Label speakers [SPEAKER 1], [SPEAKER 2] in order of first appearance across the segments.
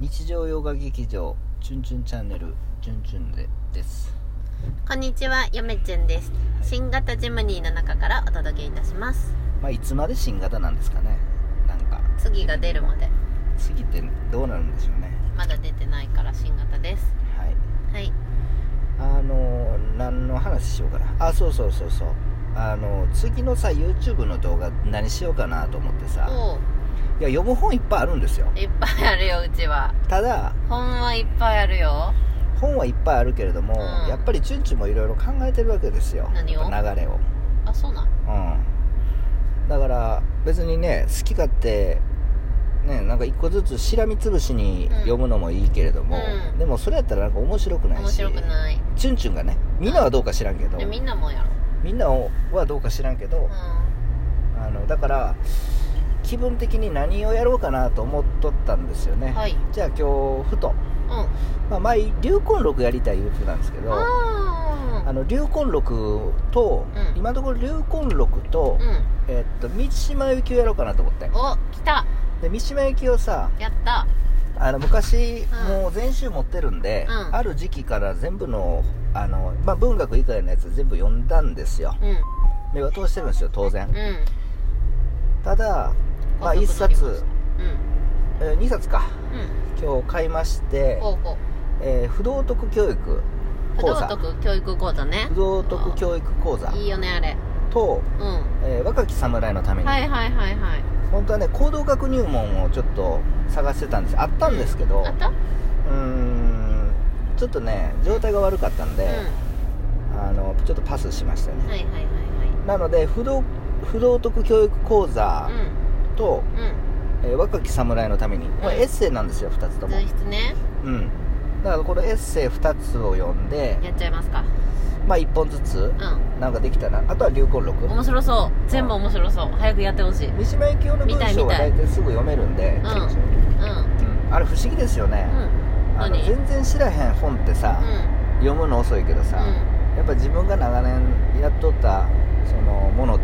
[SPEAKER 1] 日常洋画劇場チュンチュンチャンネルチュンチュンでです
[SPEAKER 2] こんにちは、よめちゅんです。新型ジムニーの中からお届けいたします。
[SPEAKER 1] まあいつまで新型なんですかねなんか
[SPEAKER 2] 次が出るまで、
[SPEAKER 1] 次ってどうなるんでしょうね
[SPEAKER 2] まだ出てないから新型です。
[SPEAKER 1] はい
[SPEAKER 2] はい。
[SPEAKER 1] あの何の話しようかなあそうそうそうそうあの次のさ YouTube の動画何しようかなと思ってさ
[SPEAKER 2] おう
[SPEAKER 1] いや読む本いっぱいあるんですよ
[SPEAKER 2] いっぱいあるよ、うちは。
[SPEAKER 1] ただ
[SPEAKER 2] 本はいっぱいあるよ。
[SPEAKER 1] 本はいっぱいあるけれども、
[SPEAKER 2] うん
[SPEAKER 1] やっぱりチュンチュンもいろいろ考えてるわけですよ
[SPEAKER 2] 何を
[SPEAKER 1] やっぱ流れを
[SPEAKER 2] あ、そうなん。
[SPEAKER 1] うんだから別にね好き勝手ねなんか一個ずつしらみつぶしに読むのもいいけれども、
[SPEAKER 2] うん
[SPEAKER 1] でもそれやったらなんか面白くない
[SPEAKER 2] 面
[SPEAKER 1] し
[SPEAKER 2] 白くない。
[SPEAKER 1] チュンチュンがねみんなはどうか知らんけど、
[SPEAKER 2] で、みんなもやろ。
[SPEAKER 1] みんなはどうか知らんけど、
[SPEAKER 2] う
[SPEAKER 1] あのだから気分的に何をやろうかなと思っとったんですよね、
[SPEAKER 2] ん。はい。
[SPEAKER 1] じゃあ今日ふと、
[SPEAKER 2] うん。あ
[SPEAKER 1] まあ、前流魂録やりたい言うてたんですけどあ
[SPEAKER 2] あ
[SPEAKER 1] の流魂録と、
[SPEAKER 2] うん
[SPEAKER 1] 今のところ流魂録と,、
[SPEAKER 2] ー。うん。
[SPEAKER 1] えっと三島由紀夫やろうかなと思って
[SPEAKER 2] お、来た。
[SPEAKER 1] で三島由紀夫さ
[SPEAKER 2] やった。
[SPEAKER 1] あの昔、
[SPEAKER 2] うん
[SPEAKER 1] もう全集持ってるんで、
[SPEAKER 2] うん
[SPEAKER 1] ある時期から全部のあの、まあ、文学以外のやつ全部読んだんですよ
[SPEAKER 2] うん。
[SPEAKER 1] 目は通してるんですよ当然
[SPEAKER 2] うん。
[SPEAKER 1] ただ、まあ、
[SPEAKER 2] 高
[SPEAKER 1] 1
[SPEAKER 2] 速乗りました
[SPEAKER 1] 冊、
[SPEAKER 2] うん。
[SPEAKER 1] え2冊か
[SPEAKER 2] うん。
[SPEAKER 1] 今日買いまして、
[SPEAKER 2] こうこ
[SPEAKER 1] えー不道徳教育
[SPEAKER 2] う。不
[SPEAKER 1] 講
[SPEAKER 2] 道
[SPEAKER 1] 座
[SPEAKER 2] 徳教育講座ね
[SPEAKER 1] 不。道徳教育講座
[SPEAKER 2] いいよね、あれ。
[SPEAKER 1] と、
[SPEAKER 2] うん。
[SPEAKER 1] えー若き侍のために、
[SPEAKER 2] はいはいはいはい。
[SPEAKER 1] 本当はね行動学入門をちょっと探してたんですあったんですけど
[SPEAKER 2] あった？
[SPEAKER 1] う
[SPEAKER 2] うん。
[SPEAKER 1] ーんちょっとね状態が悪かったんで、
[SPEAKER 2] は
[SPEAKER 1] あのちょっとパスしましたね、
[SPEAKER 2] いはいはい
[SPEAKER 1] なので不道不道徳教育講座
[SPEAKER 2] はい。
[SPEAKER 1] と、
[SPEAKER 2] うんうん。
[SPEAKER 1] えー若き侍のためにこ
[SPEAKER 2] うん
[SPEAKER 1] れエッセイなんですよ2つとも
[SPEAKER 2] 随筆ね。
[SPEAKER 1] うんだからこのエッセイ2つを読んで、
[SPEAKER 2] やっちゃいますか。
[SPEAKER 1] まあ、1本ずつ
[SPEAKER 2] う
[SPEAKER 1] なんかできたらあとは流行録
[SPEAKER 2] ん。面白そう。全部面白そう。早くやってほしい。うん。
[SPEAKER 1] 三島由紀夫の文章は
[SPEAKER 2] 見たい
[SPEAKER 1] 大
[SPEAKER 2] 見
[SPEAKER 1] 体すぐ読めるんで、
[SPEAKER 2] ん
[SPEAKER 1] ちょっとうんあれ不思議ですよね
[SPEAKER 2] う、ん。
[SPEAKER 1] あの
[SPEAKER 2] 何
[SPEAKER 1] 全然知らへん本ってさ
[SPEAKER 2] う、ん。
[SPEAKER 1] 読むの遅いけどさ、やっぱ自分が長年やっとったそのものっ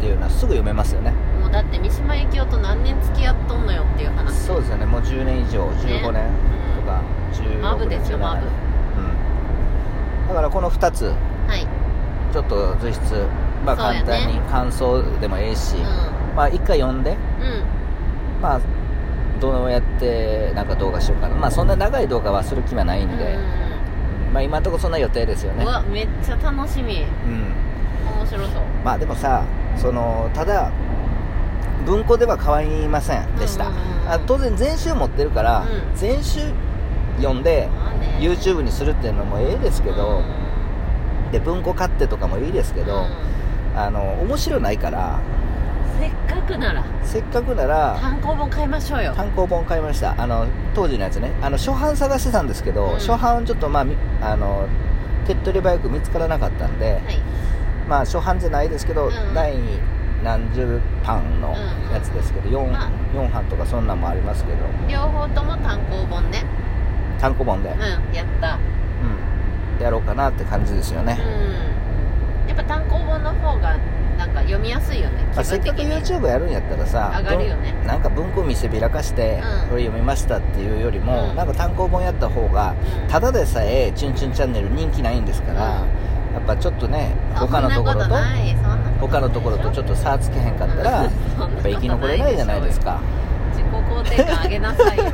[SPEAKER 1] ていうのはすぐ読めますよね
[SPEAKER 2] うん。もうだって三島由紀夫と何年付き合っとんのよっていう話。
[SPEAKER 1] そうですよねもう10年以上15年とか、16年
[SPEAKER 2] マブですよマブ。
[SPEAKER 1] うん、だからこの2つ
[SPEAKER 2] はい。
[SPEAKER 1] ちょっと随筆まあ
[SPEAKER 2] そう
[SPEAKER 1] 簡
[SPEAKER 2] やね
[SPEAKER 1] 単に感想でもええし、
[SPEAKER 2] う
[SPEAKER 1] まあ1回読んで
[SPEAKER 2] ん。うん。
[SPEAKER 1] まあどうやってなんか動画しようかなまあそんな長い動画はする気はないんで、まあ今のところそんな予定ですよ
[SPEAKER 2] うん。
[SPEAKER 1] ね
[SPEAKER 2] うわめっちゃ楽しみ。
[SPEAKER 1] うん
[SPEAKER 2] 面白そう。
[SPEAKER 1] まあでもさそのただ文庫では変わりませんでした、
[SPEAKER 2] うんうんうん
[SPEAKER 1] あ当然全集持ってるから、
[SPEAKER 2] うん
[SPEAKER 1] 全集読んで
[SPEAKER 2] まあね
[SPEAKER 1] YouTube にするっていうのもええですけど、で文庫買ってとかもいいですけ
[SPEAKER 2] け
[SPEAKER 1] ど、あの面白ないから
[SPEAKER 2] せっかくなら
[SPEAKER 1] せっかくなら
[SPEAKER 2] 単行本買いましょうよ。
[SPEAKER 1] 単行本買いましたあの当時のやつねあの初版探してたんですけど、
[SPEAKER 2] うん
[SPEAKER 1] 初版ちょっとまあみあの手っ取り早く見つからなかったんで、
[SPEAKER 2] はい。
[SPEAKER 1] まあ初版じゃないですけど、
[SPEAKER 2] うん
[SPEAKER 1] 第何十版の
[SPEAKER 2] うん
[SPEAKER 1] やつですけど、四
[SPEAKER 2] まあ
[SPEAKER 1] 四版とかそんなんもありますけど
[SPEAKER 2] 両方とも単行本ね。
[SPEAKER 1] 単行本で、
[SPEAKER 2] うん、やっ
[SPEAKER 1] う
[SPEAKER 2] た。
[SPEAKER 1] んやろうかなって感じですよね、
[SPEAKER 2] うん。やっぱ単行本の方が、なんか読みやすいよね。
[SPEAKER 1] まあ、
[SPEAKER 2] 気
[SPEAKER 1] せっ
[SPEAKER 2] 分
[SPEAKER 1] か
[SPEAKER 2] 的
[SPEAKER 1] く
[SPEAKER 2] に。
[SPEAKER 1] YouTube やるんやったらさ
[SPEAKER 2] 上がるよね
[SPEAKER 1] どんなんか文庫見せびらかして、
[SPEAKER 2] うん
[SPEAKER 1] これ読みましたっていうよりも、
[SPEAKER 2] うん
[SPEAKER 1] なんか単行本やった方が
[SPEAKER 2] うん
[SPEAKER 1] ただでさえ「チュンチュンチャンネル」人気ないんですから、
[SPEAKER 2] うん
[SPEAKER 1] やっぱちょっとね他のところ
[SPEAKER 2] そんなこと
[SPEAKER 1] と
[SPEAKER 2] ない。そんなことない
[SPEAKER 1] 他のところとちょっと差つけへんかったら、
[SPEAKER 2] う
[SPEAKER 1] や
[SPEAKER 2] ん
[SPEAKER 1] っぱ生き残れないじゃないですか
[SPEAKER 2] 自己肯定感上げな さいよ。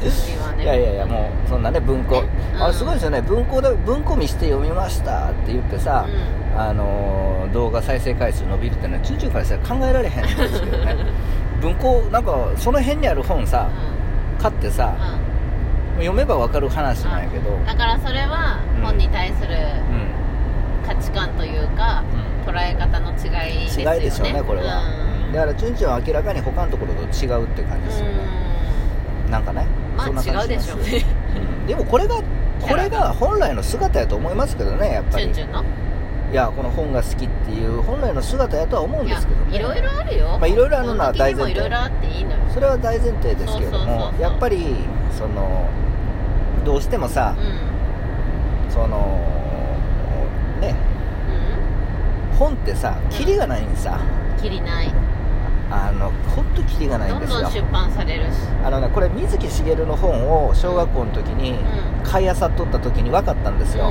[SPEAKER 2] 君はね。
[SPEAKER 1] いやいやいやもうそんなね文庫、
[SPEAKER 2] うん
[SPEAKER 1] あれすごいですよね文庫だ文庫見して読みましたって言ってさ、
[SPEAKER 2] う
[SPEAKER 1] あのー動画再生回数伸びるってのは中々からしたら考えられへんんですけどね文庫なんかその辺にある本さ買ってさ
[SPEAKER 2] ん。うん
[SPEAKER 1] 読めば分かる話なんやけどう
[SPEAKER 2] うん。だからそれは
[SPEAKER 1] うん、
[SPEAKER 2] 本に対する
[SPEAKER 1] ん、
[SPEAKER 2] 価値観というか、捉え方の違いですよね。
[SPEAKER 1] 違いですよねこれは、
[SPEAKER 2] うん
[SPEAKER 1] だからチュンチュンは明らかに他のところと違うって感じですよね、なんかね
[SPEAKER 2] まあ
[SPEAKER 1] そんな感
[SPEAKER 2] 違う
[SPEAKER 1] じ
[SPEAKER 2] で
[SPEAKER 1] で
[SPEAKER 2] し
[SPEAKER 1] す
[SPEAKER 2] ょうね。
[SPEAKER 1] うんでもこれがこれが本来の姿やと思いますけどねやっぱ
[SPEAKER 2] チュ
[SPEAKER 1] り
[SPEAKER 2] ンチュンの。
[SPEAKER 1] いやこの本が好きっていう本来の姿やとは思うん
[SPEAKER 2] い
[SPEAKER 1] で
[SPEAKER 2] や
[SPEAKER 1] すけど、ね
[SPEAKER 2] いろいろあるよ。
[SPEAKER 1] まあいろいろあるのは大前提
[SPEAKER 2] 本的にもいろいろあっていいのよ。
[SPEAKER 1] それは大前提ですけれども
[SPEAKER 2] そうそうそうそう
[SPEAKER 1] やっぱりそのどうしてもさ
[SPEAKER 2] う、ん。
[SPEAKER 1] そのね
[SPEAKER 2] う
[SPEAKER 1] 本ってさキリがないんさ、
[SPEAKER 2] ん。きりない。
[SPEAKER 1] あのほんとキリがない
[SPEAKER 2] ど
[SPEAKER 1] んで
[SPEAKER 2] ん
[SPEAKER 1] す
[SPEAKER 2] どん
[SPEAKER 1] よ
[SPEAKER 2] 出版されるし
[SPEAKER 1] あのねこれ水木しげるの本を小学校の時に
[SPEAKER 2] うん
[SPEAKER 1] 買い漁っとった時に分かったんですよ、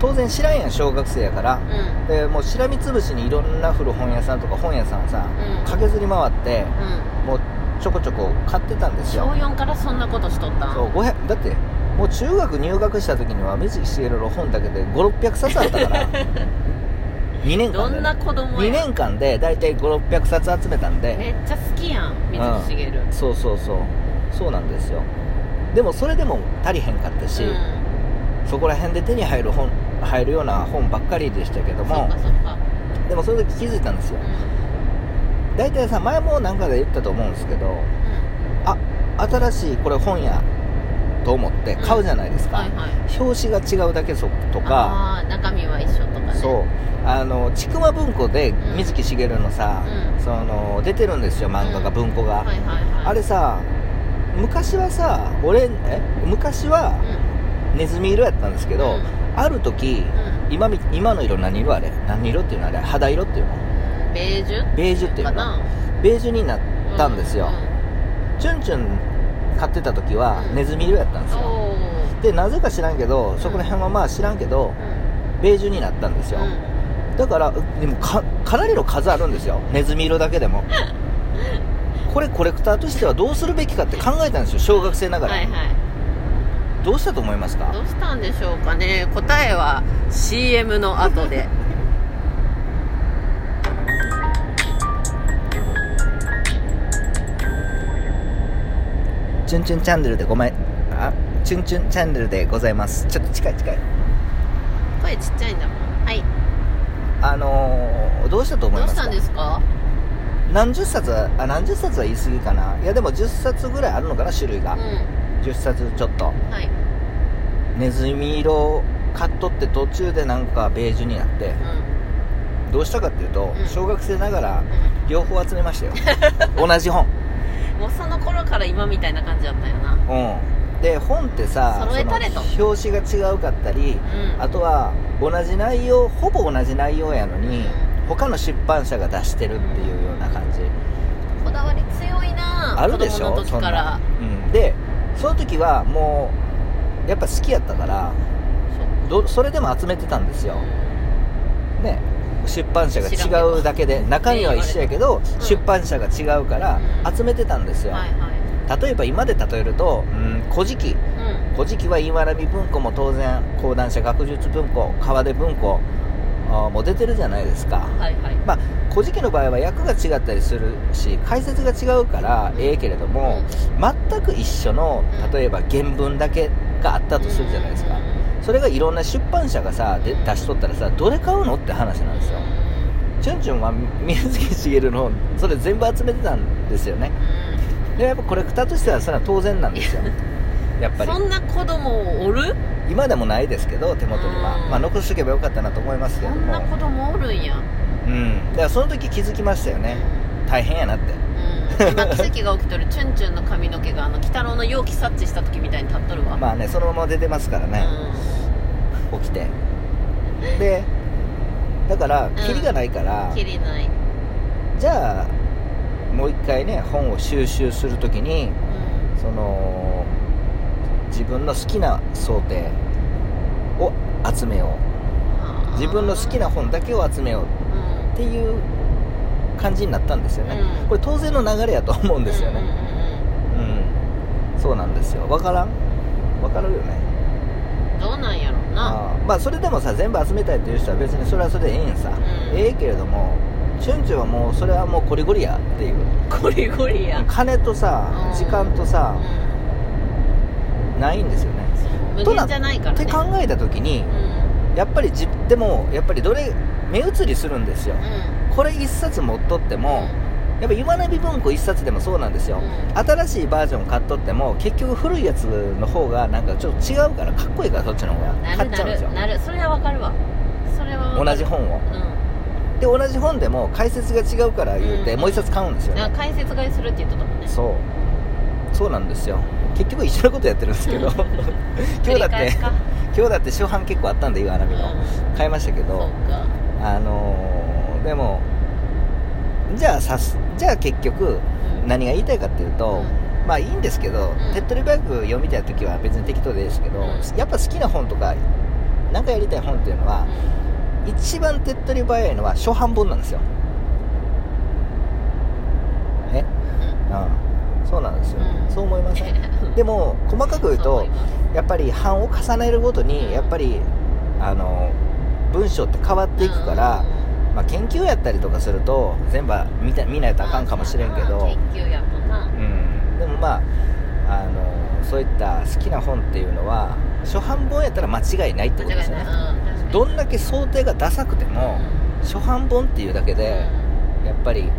[SPEAKER 1] 当然知らんやん小学生やから
[SPEAKER 2] うんうんう
[SPEAKER 1] で
[SPEAKER 2] ん
[SPEAKER 1] もうしらみつぶしにいろんな古本屋さんとか本屋さんさ
[SPEAKER 2] うん
[SPEAKER 1] 駆けずり回って
[SPEAKER 2] うん
[SPEAKER 1] もうちょこちょこ買ってたんです
[SPEAKER 2] 小
[SPEAKER 1] よ
[SPEAKER 2] 4からそんなことしとったん
[SPEAKER 1] そう500だってもう中学入学した時には水木しげるの本だけで5600冊あったから 2年
[SPEAKER 2] ど
[SPEAKER 1] 間で、
[SPEAKER 2] んな子供
[SPEAKER 1] 2
[SPEAKER 2] や
[SPEAKER 1] 年間で大体5600冊集めたんで
[SPEAKER 2] めっちゃ好きやん水木しげる
[SPEAKER 1] そうそうそうそうなんですよでもそれでも足りへんかったし、
[SPEAKER 2] うん
[SPEAKER 1] そこら辺で手に入る本入るような本ばっかりでしたけど
[SPEAKER 2] そっ
[SPEAKER 1] も
[SPEAKER 2] かそっか
[SPEAKER 1] でもその時気づいたんですよ
[SPEAKER 2] うん
[SPEAKER 1] 大体さ前もなんかで言ったと思うんですけどあ新しいこれ本やと思って買うじゃないです
[SPEAKER 2] うん
[SPEAKER 1] か、
[SPEAKER 2] はいはい
[SPEAKER 1] 表紙が違うだけそとか
[SPEAKER 2] ああー中身は一緒とかね
[SPEAKER 1] そうあのちくわ文庫で
[SPEAKER 2] うん
[SPEAKER 1] 水木しげるのさ、
[SPEAKER 2] うん
[SPEAKER 1] その出てるんですよ漫画が
[SPEAKER 2] うん
[SPEAKER 1] 文庫が、
[SPEAKER 2] はいはいはい
[SPEAKER 1] あれさ昔はさ俺え昔は
[SPEAKER 2] うん
[SPEAKER 1] ネズミ色やったんですけど、
[SPEAKER 2] うん
[SPEAKER 1] ある時
[SPEAKER 2] うん
[SPEAKER 1] 今み今の色何色あれ何色っていうのあれ肌色っていうの
[SPEAKER 2] ベージュ
[SPEAKER 1] ベージュっていう
[SPEAKER 2] か
[SPEAKER 1] の
[SPEAKER 2] な
[SPEAKER 1] ベージュになったんですよ、チュンチュン買ってた時は
[SPEAKER 2] うん
[SPEAKER 1] ネズミ色やったんで
[SPEAKER 2] うん
[SPEAKER 1] すよ、
[SPEAKER 2] おー
[SPEAKER 1] でなぜか知らんけどそこら辺はまあ知らんけど
[SPEAKER 2] うん
[SPEAKER 1] ベージュになったんですよ、だからうでもかかなりの数あるんですよネズミ色だけで もこれコレクターとしてはどうするべきかって考えたんですよ小学生ながら、
[SPEAKER 2] はいはい
[SPEAKER 1] どうしたと思います
[SPEAKER 2] ど
[SPEAKER 1] か
[SPEAKER 2] うしたんでしょうかね答えは CM の 後で
[SPEAKER 1] チュンチュンチャンネルでごめんあチュンチュンチャンネルでございますちょっと近い近い
[SPEAKER 2] 声ちっちゃいんだもんはい
[SPEAKER 1] あのーどうしたと思い
[SPEAKER 2] どう
[SPEAKER 1] ます
[SPEAKER 2] した
[SPEAKER 1] か
[SPEAKER 2] んですか
[SPEAKER 1] 何十冊はあ何十冊は言い過ぎかないやでも10冊ぐらいあるのかな種類
[SPEAKER 2] う
[SPEAKER 1] が、
[SPEAKER 2] ん
[SPEAKER 1] 10冊ちょっと
[SPEAKER 2] はい
[SPEAKER 1] ネズミ色買っとって途中でなんかベージュになって
[SPEAKER 2] うん
[SPEAKER 1] どうしたかっていうと、
[SPEAKER 2] うん
[SPEAKER 1] 小学生ながら両方集めま したよ同じ本
[SPEAKER 2] もうその頃から今みたいな感じだったよな
[SPEAKER 1] うんで本ってさ
[SPEAKER 2] 揃えたれと
[SPEAKER 1] その表紙が違うかったり
[SPEAKER 2] うん
[SPEAKER 1] あとは同じ内容ほぼ同じ内容やのに他の出版社が出してるっていうような感じ
[SPEAKER 2] こだわり強いな
[SPEAKER 1] あるでしょ
[SPEAKER 2] 子供の時
[SPEAKER 1] そ
[SPEAKER 2] から
[SPEAKER 1] んな、うん、でその時はもうやっぱ好きやったからどそれでも集めてたんですよね出版社が違うだけで中身は一緒やけど
[SPEAKER 2] うん
[SPEAKER 1] 出版社が違うから
[SPEAKER 2] うん
[SPEAKER 1] 集めてたんです
[SPEAKER 2] そう
[SPEAKER 1] よ、
[SPEAKER 2] はいはい
[SPEAKER 1] 例えば今で例えると「うん古事記」
[SPEAKER 2] う
[SPEAKER 1] 「
[SPEAKER 2] ん
[SPEAKER 1] 古事記」はわらび文庫も当然講談社学術文庫川出文庫あーもう出てるじゃないですか
[SPEAKER 2] はいはい
[SPEAKER 1] まあ古事記の場合は役が違ったりするし解説が違うからええけれども、全く一緒の例えば原文だけがあったとするじゃないですか
[SPEAKER 2] うんうん
[SPEAKER 1] それがいろんな出版社がさで
[SPEAKER 2] うん
[SPEAKER 1] 出しとったらさどれ買うのって話なんですよチュンチュンは水木しげるのそれ全部集めてたんですよねでやっぱコレクターとしてはそれは当然なんですよやっ
[SPEAKER 2] う
[SPEAKER 1] ぱ
[SPEAKER 2] ん
[SPEAKER 1] り
[SPEAKER 2] そんな子供おる
[SPEAKER 1] 今でもないですけど手元には、
[SPEAKER 2] うん
[SPEAKER 1] まあ、残しとけばよかったなと思いますけ
[SPEAKER 2] そ
[SPEAKER 1] ど
[SPEAKER 2] ん
[SPEAKER 1] も
[SPEAKER 2] な子供おるんや
[SPEAKER 1] うんだからその時気づきましたよね大変やなって
[SPEAKER 2] うん今奇跡が起きとるチュンチュンの髪の毛があの鬼太郎の容器察知した時みたいに立っとるわ
[SPEAKER 1] まあねそのまま出てますから
[SPEAKER 2] う
[SPEAKER 1] ね、
[SPEAKER 2] ん
[SPEAKER 1] 起きてでだから
[SPEAKER 2] ん
[SPEAKER 1] キリがないから、
[SPEAKER 2] 切りない
[SPEAKER 1] じゃあもう一回ね本を収集する時に
[SPEAKER 2] うん
[SPEAKER 1] その自分の好きな想定を集めよう自分の好きな本だけを集めよう
[SPEAKER 2] うん
[SPEAKER 1] っていう感じになったんですよね、
[SPEAKER 2] うん
[SPEAKER 1] これ当然の流れやと思うんですよね
[SPEAKER 2] うんうん
[SPEAKER 1] うん、そうなんですよ分からん分かるよね
[SPEAKER 2] うんどうなんやろうな
[SPEAKER 1] あーまあそれでもさ全部集めたいっていう人は別にそれはそれでええんさ、
[SPEAKER 2] うん
[SPEAKER 1] ええけれどもチュンチュンはもうそれはもうコリゴリやっていう
[SPEAKER 2] ゴリゴリや
[SPEAKER 1] 金とさ
[SPEAKER 2] うん
[SPEAKER 1] 時間とさ
[SPEAKER 2] う、ん
[SPEAKER 1] ないんですよね
[SPEAKER 2] そう無
[SPEAKER 1] とな
[SPEAKER 2] 限じゃないから
[SPEAKER 1] っ
[SPEAKER 2] ね
[SPEAKER 1] て考えた時に
[SPEAKER 2] うん
[SPEAKER 1] やっぱりじでもやっぱりどれ目移りするんですよこれ一冊持っとって
[SPEAKER 2] うん
[SPEAKER 1] もやっぱ岩波文庫一冊でもそうなんですよ
[SPEAKER 2] うん
[SPEAKER 1] 新しいバージョン買っとっても結局古いやつの方がなんかちょっと違うからかっこいいからそっちの方が
[SPEAKER 2] な
[SPEAKER 1] 買
[SPEAKER 2] る
[SPEAKER 1] っちゃ
[SPEAKER 2] な
[SPEAKER 1] うんですよ
[SPEAKER 2] るなるそれはわかるわそれはわかる
[SPEAKER 1] 同じ本を
[SPEAKER 2] う
[SPEAKER 1] で同じ本でも解説が違うから言って
[SPEAKER 2] うん
[SPEAKER 1] もう一冊買うんですよ
[SPEAKER 2] んなん
[SPEAKER 1] ね
[SPEAKER 2] か解説買いするって言っとったもんね
[SPEAKER 1] そうそうなんですよ結局一緒のことやってるんですけど 今日だ
[SPEAKER 2] 繰り
[SPEAKER 1] っ
[SPEAKER 2] 返
[SPEAKER 1] て
[SPEAKER 2] しか
[SPEAKER 1] 今日だって初版結構あったんで岩波
[SPEAKER 2] うん
[SPEAKER 1] の買いましたけ
[SPEAKER 2] そ
[SPEAKER 1] ど
[SPEAKER 2] うか
[SPEAKER 1] あのーでもじゃあさすじゃあ結局
[SPEAKER 2] うん
[SPEAKER 1] 何が言いたいかっていうと、まあいいんですけど、
[SPEAKER 2] ん
[SPEAKER 1] 手っ取り早く読みたい時は別に適当でいいですけど、
[SPEAKER 2] うん
[SPEAKER 1] やっぱ好きな本とか何かやりたい本っていうのは一番手っ取り早いのは初版本なんですよえうんそうなんですよ、
[SPEAKER 2] うん
[SPEAKER 1] そう思いません でも細かく言う
[SPEAKER 2] そう
[SPEAKER 1] と
[SPEAKER 2] 思います
[SPEAKER 1] やっぱり版を重ねるごとにやっぱりあの文章って変わっていくから、まあ、研究やったりとかすると全部見た見ないとあかんかもしれんけど、
[SPEAKER 2] 研究やもんな
[SPEAKER 1] うん、でもまああのそういった好きな本っていうのは初版本やったら間違いないってことで
[SPEAKER 2] 間違い
[SPEAKER 1] すよ
[SPEAKER 2] ない
[SPEAKER 1] ね
[SPEAKER 2] うん確かに
[SPEAKER 1] どんだけ想定がダサくても初版本っていうだけでやっぱり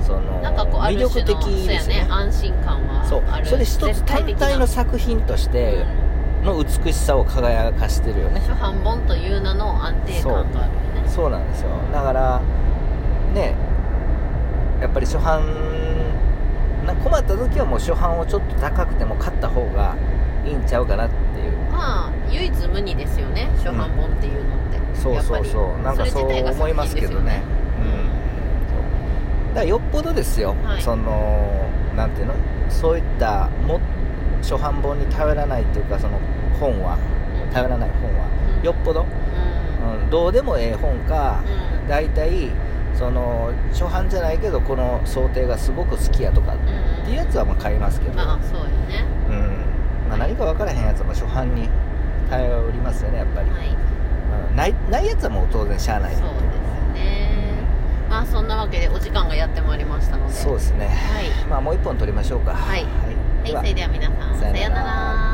[SPEAKER 1] その
[SPEAKER 2] うんなんかこうあ
[SPEAKER 1] 魅
[SPEAKER 2] る
[SPEAKER 1] 力
[SPEAKER 2] 種
[SPEAKER 1] 的
[SPEAKER 2] のそう
[SPEAKER 1] で
[SPEAKER 2] や
[SPEAKER 1] すね
[SPEAKER 2] ね安心感は
[SPEAKER 1] そう
[SPEAKER 2] ある
[SPEAKER 1] それ一つ単体の作品としての美しさを輝かしてるよね
[SPEAKER 2] 初版本という名の安定感があるよね
[SPEAKER 1] そうなんですよだからねやっぱり初版な困った時はもう初版をちょっと高くても買った方がいいんちゃうかなっていう
[SPEAKER 2] まあ唯一無二ですよね初版本っていうのって、
[SPEAKER 1] そうそうそう
[SPEAKER 2] や
[SPEAKER 1] な
[SPEAKER 2] っ
[SPEAKER 1] ん
[SPEAKER 2] ぱ
[SPEAKER 1] か
[SPEAKER 2] り
[SPEAKER 1] そう思いますけどねうんそうだからよっぽどですよ、
[SPEAKER 2] はい
[SPEAKER 1] そのなんていうのそういったも初版本に頼らないっていうかその本は頼らない本はよっぽど、
[SPEAKER 2] うん
[SPEAKER 1] うん、どうでもええ本か、大体その初版じゃないけどこの想定がすごく好きやとか
[SPEAKER 2] うんうん
[SPEAKER 1] っていうやつはまあ買いますけど、うん
[SPEAKER 2] まあそうよね
[SPEAKER 1] まあ、何か分からへんやつはまあ初版に頼りますよねやっぱり、
[SPEAKER 2] はい
[SPEAKER 1] うん、ないないやつはもう当然しゃあない
[SPEAKER 2] そうですねまあそんなわけでお時間がやってまいりましたので
[SPEAKER 1] そうですね
[SPEAKER 2] はい
[SPEAKER 1] まあもう一本取りましょうか
[SPEAKER 2] はい
[SPEAKER 1] はい、で
[SPEAKER 2] は、
[SPEAKER 1] はい
[SPEAKER 2] それでは皆さん、
[SPEAKER 1] さよなら
[SPEAKER 2] さようなら。